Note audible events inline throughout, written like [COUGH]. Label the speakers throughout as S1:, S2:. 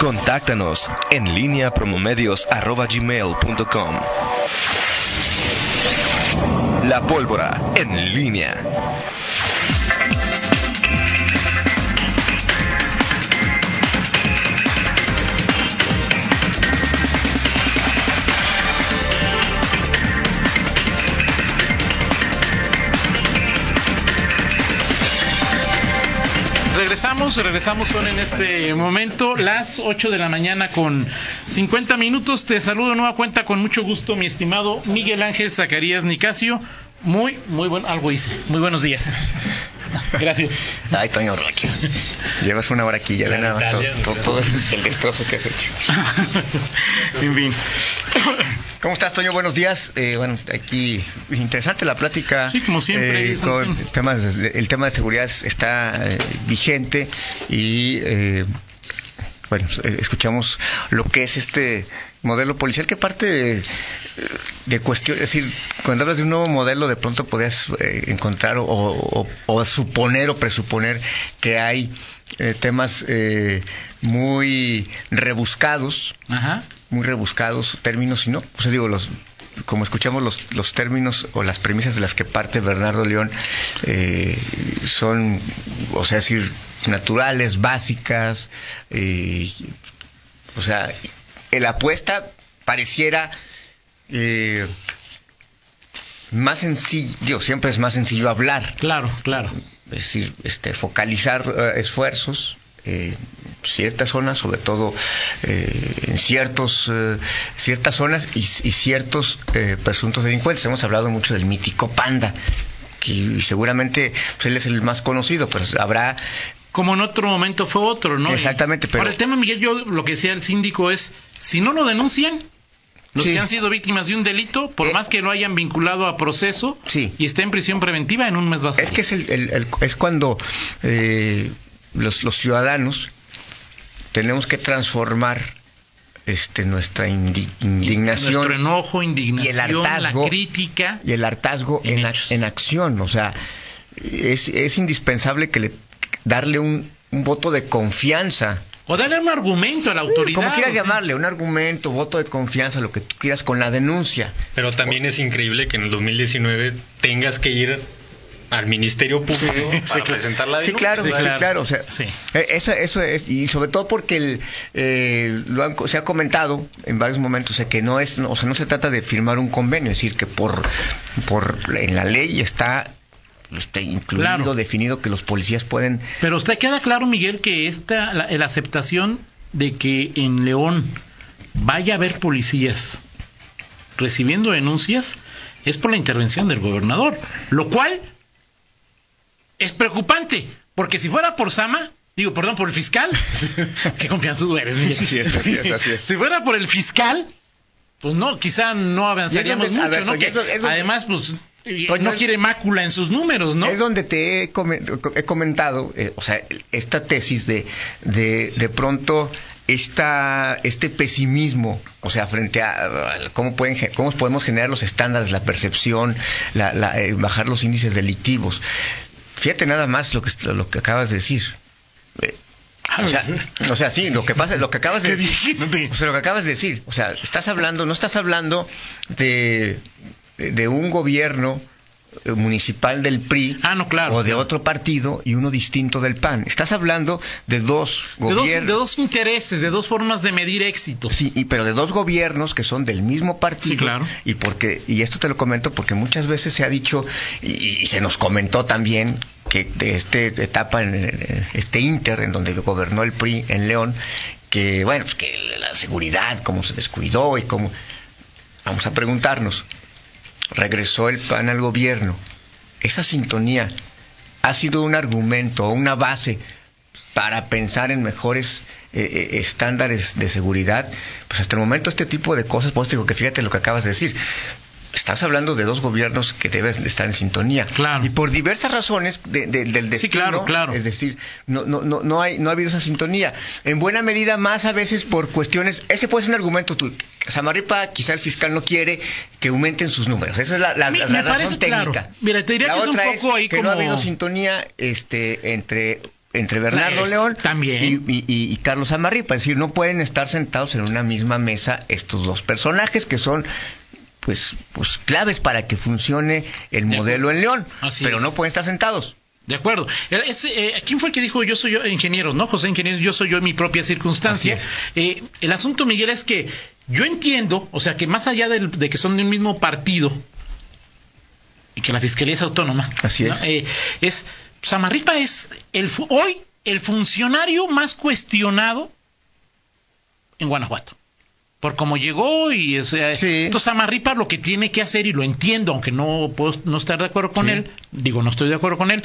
S1: Contáctanos en línea promomedios.com. La pólvora en línea.
S2: Regresamos, regresamos son en este momento las 8 de la mañana con 50 minutos. Te saludo nueva cuenta con mucho gusto mi estimado Miguel Ángel Zacarías Nicasio. Muy, muy buen, algo hice. Muy buenos días. Gracias.
S3: Ay, Toño Rocky. Llevas una hora aquí, ya ve nada más todo, todo- todo el destrozo que has hecho.
S2: En fin.
S3: ¿Cómo estás, Toño? Buenos días. Eh, bueno, aquí interesante la plática. Eh,
S2: Sí, como siempre, es un
S3: con
S2: tema.
S3: temas, de- el tema de seguridad está eh, vigente y, eh, bueno, eh, escuchamos lo que es este modelo policial que parte de, de cuestión, es decir, cuando hablas de un nuevo modelo, de pronto podías eh, encontrar o, o- o suponer o presuponer que hay eh, temas eh, muy rebuscados
S2: Ajá.
S3: muy rebuscados términos, y no, o sea, digo, los, como escuchamos los, los términos o las premisas de las que parte Bernardo León, eh, son, o sea, decir, naturales, básicas, eh, o sea, la apuesta pareciera eh, más sencillo, digo, siempre es más sencillo hablar,
S2: Claro, claro.
S3: es decir, este, focalizar eh, esfuerzos eh, en ciertas zonas, sobre todo eh, en ciertos, eh, ciertas zonas y, y ciertos eh, presuntos delincuentes. Hemos hablado mucho del mítico panda, que y seguramente pues, él es el más conocido, pero habrá...
S2: Como en otro momento fue otro, ¿no?
S3: Exactamente, pero-
S2: Ahora, el tema, Miguel, yo lo que decía el síndico es, si no lo denuncian, los
S3: Sí.
S2: que han sido víctimas de un delito, por
S3: Eh.
S2: más que lo hayan vinculado a proceso
S3: Sí.
S2: y esté en prisión preventiva, en un mes va a
S3: Es
S2: salir.
S3: que es, el, el- el- es cuando eh, los, los ciudadanos tenemos que transformar este, nuestra indi- indignación.
S2: Nuestro enojo, indignación,
S3: y el hartazgo,
S2: la crítica.
S3: y el hartazgo
S2: En
S3: en, ac-
S2: hechos.
S3: en acción. O sea, es, es indispensable que le darle un, un voto de confianza.
S2: O darle un argumento a la autoridad.
S3: Como quieras
S2: o sea,
S3: llamarle, un argumento, voto de confianza, lo que tú quieras con la denuncia.
S4: Pero también es increíble que en el 2019 tengas que ir al Ministerio Público para presentar la
S3: Sí,
S4: denuncia.
S3: claro, sí,
S2: Sí,
S3: claro.
S2: claro.
S3: o sea,
S2: Sí.
S3: eh, eso, eso es, y sobre todo porque el, eh, lo han co- se ha comentado en varios momentos, o sea, que no es, no, o sea, no se trata de firmar un convenio, es decir, que por, por en la ley está, está incluido,
S2: Claro.
S3: definido que los policías pueden
S2: Pero usted queda claro, Miguel, que esta, la, la aceptación de que en León vaya a haber policías recibiendo denuncias es por la intervención del gobernador, lo cual es preocupante, porque si fuera por Sama, digo, perdón, por el
S3: [LAUGHS]
S2: fiscal, qué confianzudo eres, Miguel.
S3: Así es, así es, así es.
S2: Si fuera por el fiscal, pues no, quizá no avanzaríamos
S3: donde- a
S2: mucho,
S3: ver,
S2: ¿no?
S3: Toño,
S2: Que
S3: es donde- es donde-
S2: además, pues, eh,
S3: Toño,
S2: no
S3: es-
S2: quiere mácula en sus números, ¿no?
S3: Es donde te he, come- he comentado, eh, o sea, esta tesis de, de, de pronto esta, este pesimismo, o sea, frente a, a cómo, pueden, gen- cómo podemos generar los estándares, la percepción, la- la, eh, bajar los índices delictivos. Fíjate nada más lo que, lo que acabas de decir. O sea, o sea, sí, lo que pasa, lo que acabas de
S2: Ah, [LAUGHS] ¿Qué
S3: decir,
S2: dijiste?
S3: o sea, Pues lo que acabas de decir, o sea, estás hablando, no estás hablando de, de un gobierno eh, municipal del PRI
S2: Ah, no, claro,
S3: o de
S2: claro.
S3: otro partido y uno distinto del PAN. Estás hablando de dos
S2: De dos,
S3: gobiernos,
S2: de dos intereses, de dos formas de medir éxito.
S3: sí, y- pero de dos gobiernos que son del mismo partido.
S2: Sí, claro.
S3: Y porque y esto te lo comento porque muchas veces se ha dicho y, y- y se nos comentó también que de este etapa en en este Inter en donde gobernó el PRI en León que bueno, pues que la seguridad cómo se descuidó y cómo vamos a preguntarnos regresó el PAN al gobierno. Esa sintonía ha sido un argumento o una base para pensar en mejores eh, eh, estándares de seguridad. Pues hasta el momento este tipo de cosas, pues digo que fíjate lo que acabas de decir. Estás hablando de dos gobiernos que deben estar en sintonía.
S2: Claro.
S3: Y por diversas razones de- de- del destino.
S2: Sí, claro, claro.
S3: Es decir, no, no, no, no, hay, no ha habido esa sintonía. En buena medida, más a veces por cuestiones. Ese puede ser un argumento tuyo. Samaripa, quizá el fiscal no quiere que aumenten sus números. Esa es la, la-
S2: Me-
S3: la-
S2: me
S3: la razón
S2: parece
S3: técnica.
S2: claro. Mira, te diría
S3: La
S2: que es un
S3: otra
S2: poco ahí
S3: que no ha
S2: como-
S3: habido sintonía este, entre entre Bernardo
S2: Es,
S3: León
S2: también.
S3: Y, y- y- y Carlos Amarri, para decir, no pueden estar sentados en una misma mesa estos dos personajes que son pues, pues claves para que funcione el modelo en León,
S2: Así
S3: pero
S2: es.
S3: no pueden estar sentados.
S2: De acuerdo. Eh, ese, eh, ¿Quién fue el que dijo yo soy yo, ingeniero? No, José Ingeniero, yo soy yo en mi propia circunstancia.
S3: Así
S2: Eh, el asunto, Miguel, es que yo entiendo, o sea, que más allá del- de que son de un mismo partido y que la fiscalía es autónoma,
S3: Así es.
S2: Eh, es Samarripa es el fu- hoy el funcionario más cuestionado en Guanajuato. Por cómo llegó y o sea,
S3: Sí.
S2: entonces Samarripa lo que tiene que hacer y lo entiendo, aunque no puedo no estar de acuerdo con
S3: Sí.
S2: él, digo, no estoy de acuerdo con él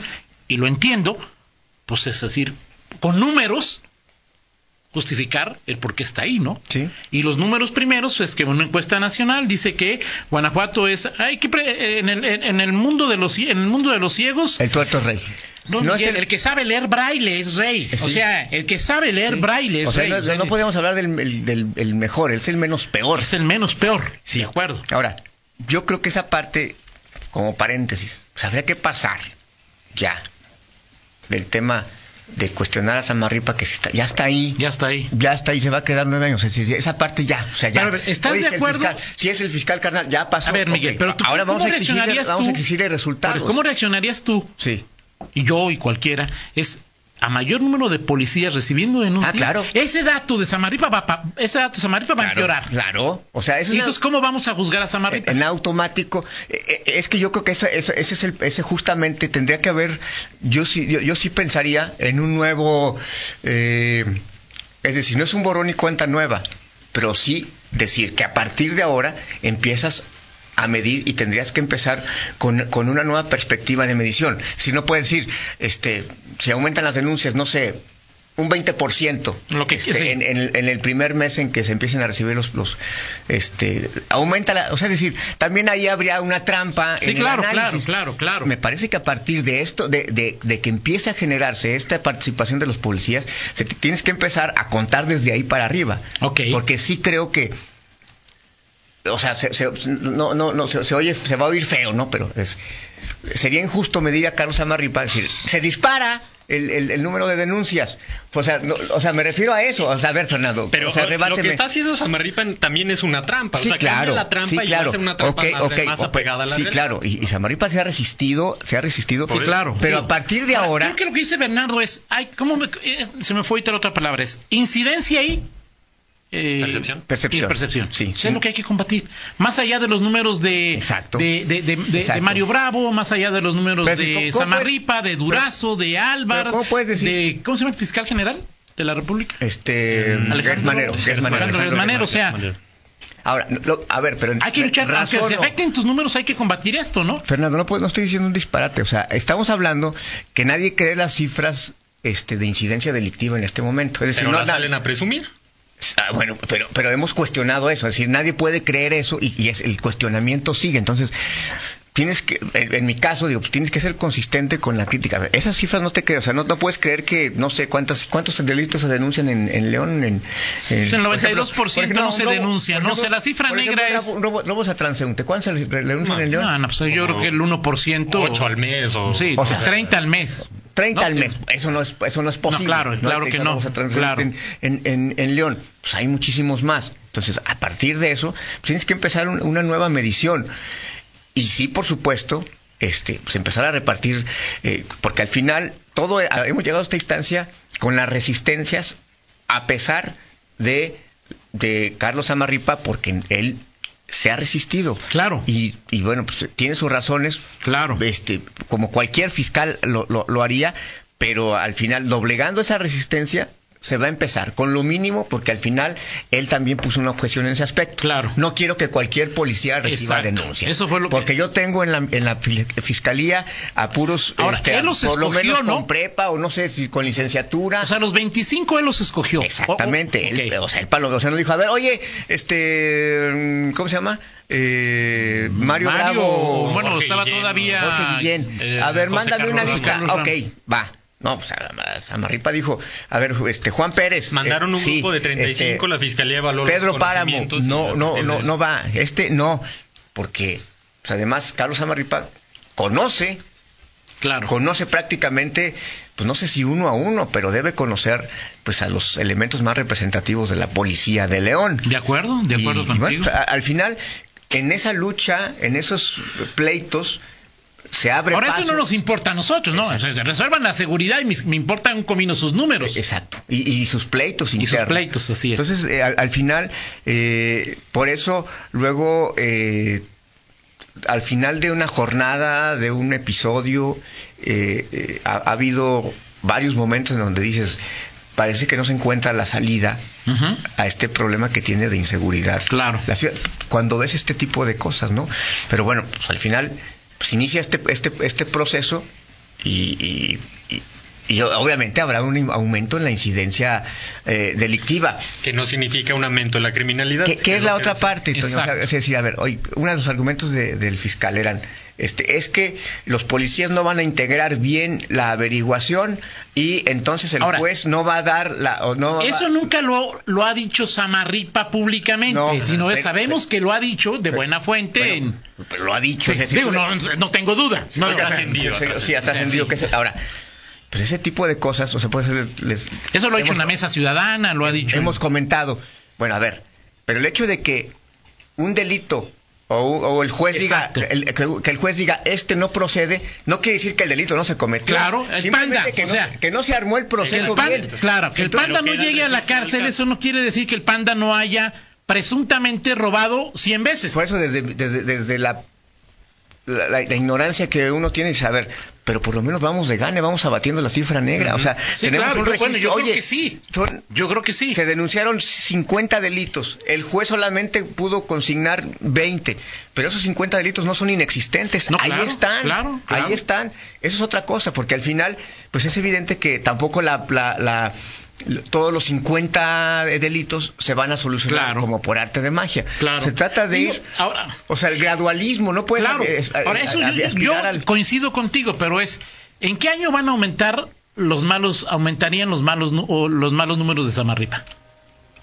S2: y lo entiendo, pues es decir, con números justificar el por qué está ahí, ¿no?
S3: Sí.
S2: Y los números primeros es que una encuesta nacional dice que Guanajuato es ay, que pre- eh, en, el, en- en el mundo de los cie- en el mundo de los ciegos
S3: El tuerto es rey.
S2: no,
S3: Eh, No es
S2: Miguel,
S3: el- Eh,
S2: el... que sabe leer braille es rey. O
S3: Sí.
S2: sea, el que sabe leer braille es
S3: O sea,
S2: rey.
S3: no,
S2: O sea,
S3: no podemos hablar del, el- del- el mejor, es el menos peor.
S2: Es el menos peor.
S3: Sí.
S2: De acuerdo.
S3: Ahora, yo creo que esa parte, como paréntesis, pues habría que pasar ya del tema de cuestionar a Samarripa que se está- ya está ahí.
S2: Ya está ahí.
S3: Ya está ahí, se va a quedar nueve años. Es decir, esa parte ya. O sea, ya.
S2: Pero, a ver, ¿estás
S3: Oye,
S2: de
S3: si el
S2: acuerdo?
S3: fiscal- si es el fiscal carnal, ya pasó.
S2: A ver, Miguel,
S3: Ok,
S2: pero tú,
S3: ahora
S2: ¿cómo
S3: vamos a exigirle,
S2: reaccionarías
S3: vamos
S2: tú?
S3: a exigirle resultados.
S2: Porque, ¿Cómo reaccionarías tú?
S3: Sí.
S2: Y yo y cualquiera. Es a mayor número de policías recibiendo denuncias.
S3: Ah, claro.
S2: Ese dato de Samaripa va, pa- ese dato de Samaripa va a empeorar.
S3: Claro. O sea, eso
S2: Y
S3: es una-
S2: entonces, ¿cómo vamos a juzgar a Samaripa?
S3: en automático Eh, eh, es que yo creo que esa- esa- ese es el ese justamente tendría que haber yo sí yo, yo sí pensaría en un nuevo eh, es decir no es un borrón y cuenta nueva pero sí decir que a partir de ahora empiezas a medir y tendrías que empezar con, con una nueva perspectiva de medición. Si no puedes decir, este, si aumentan las denuncias, no sé, un 20%,
S2: Lo que-
S3: este,
S2: sí.
S3: en, en el- en el primer mes en que se empiecen a recibir los, los este aumenta la, o sea, es decir, también ahí habría una trampa
S2: Sí,
S3: en
S2: claro,
S3: el análisis.
S2: claro, claro, claro.
S3: Me parece que a partir de esto, de, de- de que empiece a generarse esta participación de los policías, se t- tienes que empezar a contar desde ahí para arriba.
S2: Ok.
S3: Porque sí creo que o sea, se, se- no, no, no, se, se oye, se va a oír feo, ¿no? Pero es, sería injusto medir a Carlos Amarripa decir, se dispara el, el- el número de denuncias. O sea, no, o sea, me refiero a eso. O sea, a ver, Fernando,
S4: Pero
S3: o sea,
S4: o- lo que
S3: rebáteme.
S4: está haciendo Samarripan también es una trampa.
S3: Sí,
S4: o sea,
S3: claro.
S4: cambia la trampa
S3: sí,
S4: y
S3: claro.
S4: va a ser una trampa
S3: Ok,
S4: más,
S3: ok,
S4: más
S3: ok.
S4: apegada a la
S3: Sí,
S4: realidad.
S3: claro. Y, y Samarripa se ha resistido, se ha resistido.
S2: Sí, claro.
S3: Pero
S2: Sí.
S3: a partir
S4: Ah,
S3: de ahora,
S2: Creo que lo que dice Bernardo es, ay, ¿cómo me- es- se me fue ahorita la otra palabra? Es incidencia y... eh,
S4: Percepción.
S3: Percepción.
S2: y percepción.
S3: Sí.
S2: O sea, es lo que hay que combatir. Más allá de los números de,
S3: Exacto.
S2: de, de- de- de- de
S3: Exacto.
S2: Mario Bravo, más allá de los números
S3: Pero sí,
S2: de
S3: ¿cómo- cómo
S2: Samarripa, de Durazo, de Álvaro,
S3: pero ¿cómo puedes decir?
S2: de... ¿Cómo se llama el fiscal general de la República?
S3: este, Gertz
S2: Alejandro
S3: Manero, Gertz Manero,
S2: Alejandro Gertz
S3: Alejandro
S2: Manero, o
S3: Gertz
S2: sea,
S3: Manero. Ahora, lo- a ver, pero
S2: hay que luchar, aunque se
S3: razono.
S2: afecten tus números, hay que combatir esto, ¿no?
S3: Fernando, no, puedo- no estoy diciendo un disparate. O sea, estamos hablando que nadie cree las cifras este, de incidencia delictiva en este momento. Es decir,
S4: Pero
S3: no
S4: la
S3: na-
S4: salen a presumir.
S3: Ah, bueno, pero, pero hemos cuestionado eso. Es decir, nadie puede creer eso y, y es, el cuestionamiento sigue. Entonces, tienes que, en, en mi caso, digo, pues, tienes que ser consistente con la crítica. A ver, Esas cifras no te creo. O sea, no, no puedes creer que, no sé, cuántas, cuántos delitos se denuncian en, en León. En, en-
S2: El
S3: por ejemplo,
S2: 92%
S3: por ejemplo,
S2: no
S3: un
S2: se denuncia,
S3: por
S2: ¿no? O sea, la cifra
S3: por ejemplo,
S2: negra
S3: un
S2: es-
S3: robo- robo- robos a transeúnte. ¿Cuántos se le- denuncian en León?
S2: No, no, pues yo creo
S4: Como
S2: que el 1%...
S4: 8 al mes o...
S2: Sí,
S3: O sea,
S2: 30 al mes.
S3: 30
S2: No,
S3: al
S2: sí.
S3: mes. Eso no es, eso no es posible.
S2: claro, claro que no,
S3: Vamos a transferir
S2: claro.
S3: En, en- en- en León, pues hay muchísimos más. Entonces, a partir de eso, pues tienes que empezar un- una nueva medición. Y sí, por supuesto, este, pues empezar a repartir, eh, porque al final todo eh, hemos llegado a esta instancia con las resistencias a pesar de, de Carlos Amarripa, porque él se ha resistido.
S2: Claro.
S3: Y, y bueno, pues tiene sus razones,
S2: Claro.
S3: este, como cualquier fiscal lo, lo- lo haría, pero al final, doblegando esa resistencia, se va a empezar con lo mínimo, porque al final él también puso una objeción en ese aspecto.
S2: Claro.
S3: No quiero que cualquier policía reciba
S2: Exacto.
S3: denuncia.
S2: Eso fue lo que-
S3: porque yo tengo en la, en la fil- fiscalía a puros,
S2: Ahora,
S3: este,
S2: él los
S3: por lo
S2: escogió,
S3: menos
S2: ¿no?
S3: con prepa o no sé si con licenciatura.
S2: O sea, los 25 él los escogió.
S4: Oh,
S3: Exactamente.
S2: O- o-
S3: Él,
S2: ok.
S3: o sea, el palo, o sea, no dijo, a ver, oye, este, ¿cómo se llama? Eh, Mario,
S2: Mario,
S3: Bravo,
S2: bueno,
S4: Jorge
S2: estaba
S4: Guillén,
S2: todavía...
S3: Jorge Guillén.
S4: eh,
S3: a ver,
S4: José
S3: mándame
S4: Carlos
S3: una
S4: Ramos.
S3: lista.
S2: Carlos
S3: ok, va. No, pues a- a- Samarripa dijo, a ver, este, Juan Pérez.
S4: Mandaron
S3: eh,
S4: un
S3: sí,
S4: grupo de 35,
S3: este,
S4: la fiscalía evaluó
S3: Pedro
S4: los
S3: Páramo.
S4: conocimientos y
S3: No,
S4: las
S3: no, no,
S4: aptitudes.
S3: no va. Este no, porque pues, además Carlos Amarripa conoce
S2: Claro.
S3: Conoce prácticamente, pues no sé si uno a uno, pero debe conocer pues a los elementos más representativos de la policía de León.
S2: De acuerdo, de acuerdo
S3: Y, y
S2: contigo.
S3: bueno, pues, a- al final, en esa lucha, en esos pleitos, se abre
S2: Ahora
S3: paso.
S2: eso no nos importa a nosotros, ¿no? O sea, Resuelvan la seguridad y mis- me importan un comino sus números.
S3: Exacto. Y, y sus pleitos
S2: sus
S3: internos.
S2: pleitos, así es.
S3: Entonces, eh, al, al final, eh, por eso, luego, eh, al final de una jornada, de un episodio, eh, eh, ha, ha habido varios momentos en donde dices, parece que no se encuentra la salida
S2: Ujú.
S3: a este problema que tiene de inseguridad.
S2: Claro.
S3: La ciudad, cuando ves este tipo de cosas, ¿no? Pero bueno, pues al final pues inicia este, este, este proceso y, y- y- y obviamente habrá un im- aumento en la incidencia eh, delictiva.
S4: Que no significa un aumento de la criminalidad.
S3: ¿Qué, qué es la
S4: lo que
S3: otra
S4: decía.
S3: parte, Toño? O sea,
S2: Exacto.
S3: es decir, a ver, hoy, uno de los argumentos de- del fiscal eran, este, es que los policías no van a integrar bien la averiguación y entonces el
S2: Ahora,
S3: juez no va a dar la... o no va-
S2: Eso nunca lo, lo ha dicho Samarripa públicamente,
S3: No,
S2: sino es-
S3: pero-
S2: sabemos que lo ha dicho de buena fuente.
S3: Bueno,
S2: en-
S3: pero lo ha dicho.
S2: Sí,
S3: es decir,
S2: digo, no, no tengo duda. No
S4: Oiga,
S2: lo ha
S4: sí,
S2: sentido.
S4: entendido,
S3: Sí,
S4: atrás.
S3: sí, atrás entendido que es- Ahora, pues ese tipo de cosas, o sea, por eso les.
S2: Eso lo ha dicho
S3: hemos-
S2: en la mesa ciudadana, lo ha dicho.
S3: Hemos comentado. Bueno, a ver, pero el hecho de que un delito o, u- o el juez
S2: Exacto.
S3: diga el- que, que el juez diga este no procede no quiere decir que el delito no se cometió
S2: Claro, el
S3: Simplemente
S2: panda,
S3: que,
S2: o
S3: no,
S2: sea,
S3: que no se armó el
S2: Que el
S3: proceso
S2: pan-
S3: bien
S2: claro, que el
S4: Entonces,
S2: panda
S4: lo
S2: no
S4: que era
S2: llegue a la
S4: registro del
S2: cárcel,
S4: caso.
S2: eso no quiere decir que el panda no haya presuntamente robado 100 veces.
S3: por eso desde, desde, desde la, la, la- la ignorancia que uno tiene y saber pero por lo menos vamos de gane vamos abatiendo la cifra negra o sea
S2: Sí,
S3: tenemos
S2: claro,
S3: un
S2: yo-
S3: registro
S2: bueno, yo creo
S3: Oye,
S2: que sí.
S3: son-
S2: Yo creo que sí.
S3: Se denunciaron 50 delitos. El juez solamente pudo consignar 20. Pero esos 50 delitos no son inexistentes.
S2: No,
S3: ahí
S2: claro,
S3: están.
S2: claro, claro.
S3: Ahí están. Eso es otra cosa, porque al final, pues es evidente que tampoco la. la- la- todos los 50 delitos se van a solucionar
S2: Claro.
S3: como por arte de magia.
S2: Claro.
S3: Se trata de
S2: Digo,
S3: ir.
S2: ahora-
S3: o sea, el gradualismo, no puedes.
S2: claro.
S3: eh, es-
S2: Ahora,
S3: a-
S2: eso
S3: a-
S2: yo, yo
S3: aspirar al-
S2: coincido contigo, pero es ¿en qué año van a aumentar los malos aumentarían los malos nu- o los malos números de Samarripa?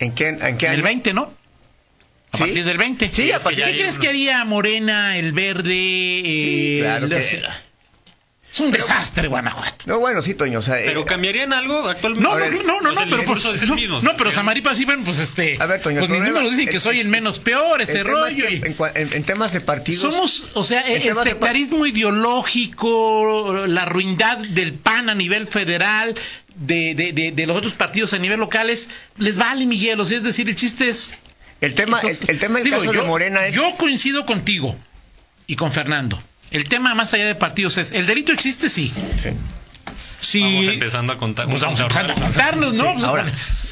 S3: ¿En qué, en qué
S2: En el
S3: año?
S2: 20, ¿no? A
S3: Sí.
S2: partir del 20.
S3: Sí, a
S2: ¿Qué
S3: partir-
S2: crees que haría Morena, el Verde? eh,
S3: claro
S2: el-
S3: que-
S2: Es un desastre Guanajuato.
S3: No, bueno, sí, Toño. O sea, eh,
S4: Pero cambiarían algo actualmente.
S2: No, no,
S3: Ahora,
S2: no, no, no,
S4: o sea, el
S2: pero por-
S4: discurso es el
S2: no,
S4: mismo,
S2: no,
S4: sí,
S2: pero
S4: ya.
S2: Samaripa sí, bueno, pues este,
S3: A ver, Toño, el
S2: pues mis
S3: problema-
S2: números dicen que
S3: el-
S2: soy el menos peor,
S3: el
S2: ese
S3: tema es
S2: rollo.
S3: que
S2: y-
S3: en cua- en- en temas de partidos.
S2: Somos, o sea,
S3: El
S2: el,
S3: tema de-
S2: sectarismo ideológico, la ruindad del PAN a nivel federal, de, de, de, de los otros partidos a nivel locales, les vale Miguel, o sea, es decir, el chiste es...
S3: El tema, el-
S2: Entonces,
S3: el, tema del
S2: digo,
S3: caso
S2: yo-
S3: de Morena es
S2: Yo coincido contigo y con Fernando. El tema más allá de partidos es, ¿el delito existe? Sí.
S3: Sí.
S2: sí
S4: Vamos empezando a contar.
S2: pues vamos a empezar a contarlos, ¿no? Pues,
S3: ahora.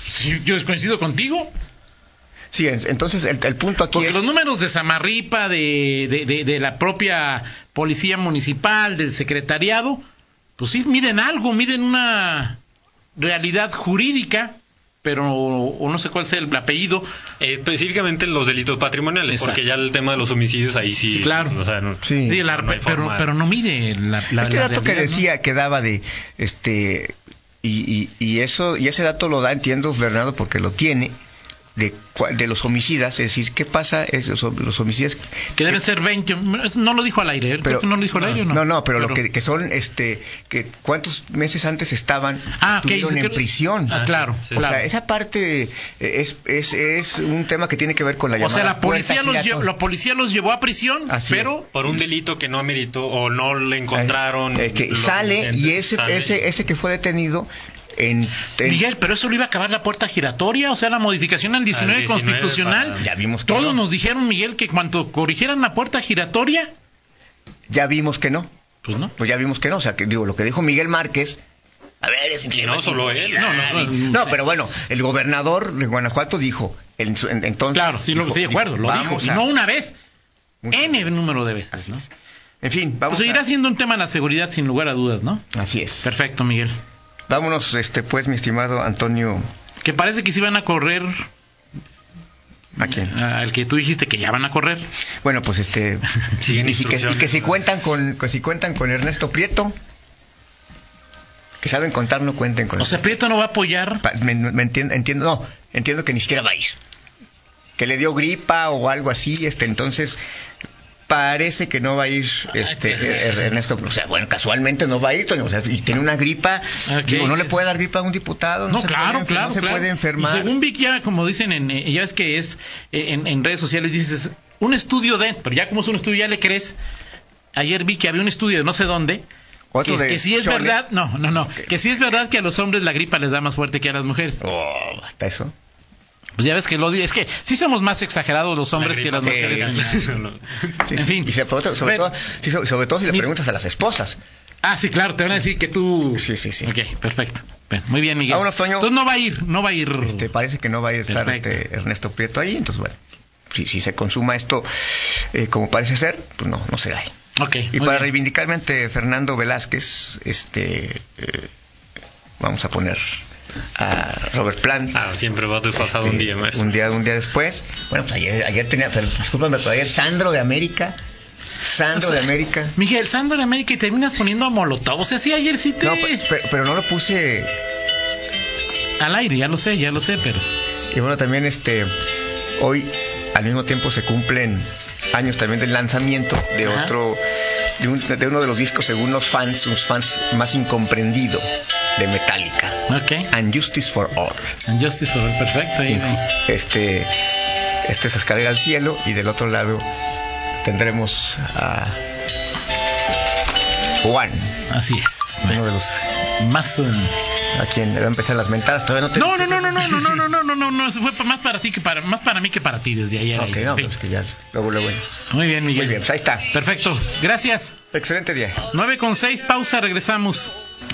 S2: sí, yo coincido contigo.
S3: Sí, en- entonces el, el punto aquí
S2: Porque
S3: es
S2: los números de Samarripa, de, de, de- de la propia policía municipal, del secretariado, pues sí, miden algo, miden una realidad jurídica, pero o no sé cuál sea el apellido.
S4: Específicamente los delitos patrimoniales,
S2: Exacto.
S4: porque ya el tema de los homicidios ahí sí.
S2: Sí, claro.
S4: o sea, no-
S3: Sí.
S2: de la-
S4: no hay
S2: pero,
S4: forma.
S2: pero no mide la, la-
S3: este
S2: la
S3: dato
S2: realidad,
S3: que
S2: ¿no?
S3: decía que daba de este y, y- y eso y ese dato lo da entiendo Bernardo porque lo tiene de cua- de los homicidas, es decir, ¿qué pasa esos hom- los homicidas?
S2: Que debe ser 20, no lo dijo al aire, él creo que no lo dijo al aire, ¿o ¿no?
S3: No, pero, lo que, que son este que cuántos meses antes estaban
S2: Ah, ok,
S3: estuvieron
S2: dice
S3: en
S2: que-
S3: prisión.
S2: Ah, claro,
S4: sí.
S3: O
S2: claro.
S3: sea, esa parte eh, es, es, es un tema que tiene que ver con la
S2: O
S3: llamada
S2: sea, la
S3: puerta
S2: policía, los llevó,
S3: giratoria.
S2: la policía los llevó a prisión,
S3: Así es.
S2: pero
S4: Por un delito que no ameritó o no le encontraron.
S3: Eh, que
S4: los
S3: sale y
S4: incidentes,
S3: ese,
S4: sale.
S3: ese, ese que fue detenido en, en-
S2: Miguel, pero eso lo iba a acabar la puerta giratoria, o sea, la modificación al 19,
S4: Al 19
S2: constitucional.
S4: para-
S3: Ya vimos que
S2: Todos
S3: no.
S2: nos dijeron, Miguel, que cuando corrigieran la puerta giratoria,
S3: ya vimos que no,
S2: pues no.
S3: pues ya vimos que no, o sea que digo lo que dijo Miguel Márquez, a ver es
S4: Y no solo él.
S2: No, no, no,
S3: No,
S2: sí.
S3: pero bueno, el gobernador de Guanajuato dijo, en su- en- entonces
S2: Claro, sí, lo
S3: dijo-
S2: estoy de acuerdo,
S3: dijo,
S2: lo dijo.
S3: vamos
S2: Y
S3: a-
S2: no una vez,
S3: Muchas
S2: N número de veces, ¿no?
S3: en fin,
S2: Pues
S3: vamos.
S2: seguirá
S3: a-
S2: siendo un tema la seguridad sin lugar a dudas, ¿no?
S3: Así es.
S2: Perfecto, Miguel.
S3: Vámonos, este, pues, mi estimado Antonio,
S2: Que parece que sí van a correr
S3: ¿a quién?
S2: al que tú dijiste que ya van a correr.
S3: Bueno,
S2: [LAUGHS]
S3: pues este,
S4: Siguen
S3: y, que, y
S4: instrucciones.
S3: que si cuentan con, que si cuentan con Ernesto Prieto, que saben contar, no cuenten con.
S2: O sea, Prieto no va a apoyar.
S3: Pa- me- me entien- entiendo, no, entiendo que ni siquiera va a ir. Que le dio gripa o algo así, este, entonces, parece que no va a ir este, Ernesto. O sea, bueno, casualmente no va a ir, Toño. O sea, y tiene una gripa.
S2: Ok.
S3: Digo, no le puede dar gripa a un diputado.
S2: No,
S3: se
S2: claro,
S3: puede enfer-
S2: claro.
S3: No se
S2: claro.
S3: puede enfermar.
S2: Y según Vic, ya como dicen, en, eh, ya es que es eh, en, en redes sociales, dices, un estudio de, pero ya como es un estudio, ya le crees. Ayer vi que había un estudio de no sé dónde.
S3: Otro
S2: que,
S3: de
S2: que sí es
S3: Chole.
S2: verdad, no, no, no. Que sí es verdad que a los hombres la gripa les da más fuerte que a las mujeres.
S3: Oh, hasta eso.
S2: Pues ya ves que lo di- es que sí somos más exagerados los hombres que las
S4: gripa,
S2: mujeres. en la-
S4: sí, no.
S3: Sí,
S2: En
S3: sí.
S2: fin.
S3: Y se- sobre, todo- sobre
S2: Pero-
S3: todo, sí, sobre- sobre todo si le
S2: Mira.
S3: preguntas a las esposas.
S2: Ah, sí, claro, te van a decir que tú.
S3: Sí, sí, sí.
S2: Ok, perfecto. Bueno, muy bien, Miguel.
S3: Vámonos, Toño.
S2: Entonces no va a ir, no va a ir.
S3: Este, parece que no va a estar
S2: Perfecto.
S3: este, Ernesto Prieto ahí, entonces bueno, si, si se consuma esto eh, como parece ser, pues no, no será él.
S2: Ok.
S3: Y
S2: muy
S3: para
S2: bien.
S3: reivindicarme ante Fernando Velázquez, este, eh, vamos a poner a Robert Plant.
S4: [LAUGHS]
S3: eh,
S4: Ah, siempre vas desfasado un día, maestro.
S3: Un día, un día después. Bueno, pues ayer, ayer tenía, pero discúlpame, pero ayer Sandro de América. Sandro
S2: O sea,
S3: de América.
S2: Miguel, Sandro de América y terminas poniendo a Molotov. O sea, sí, ayer sí te.
S3: No, pues. pe- pero, pero no lo puse.
S2: Al aire, ya lo sé, ya lo sé, pero.
S3: Y bueno, también este hoy al mismo tiempo se cumplen años también del lanzamiento de
S2: Ajá.
S3: otro de, un- de uno de los discos según los fans, sus fans más incomprendido de Metallica,
S2: Ok.
S3: And Justice for All.
S2: And Justice for All, perfecto. ahí,
S3: Y, Este este se escalera al cielo y del otro lado tendremos a Juan,
S2: Así es.
S3: uno de los
S2: Más. eh,
S3: a quien le va a empezar las mentadas. Todavía no te
S2: No, no, no, no, no, no, no, no,
S3: [LAUGHS]
S2: no, no, no, no. Eso fue pa- más para ti que para, más para mí que para ti desde ayer.
S3: Ok,
S2: ahí,
S3: no,
S2: en fin.
S3: pues que ya luego luego. Muy
S2: Muy bien, Miguel.
S3: bien, pues ahí está.
S2: Perfecto. Gracias.
S3: Excelente día.
S2: 9 con 6, pausa, regresamos.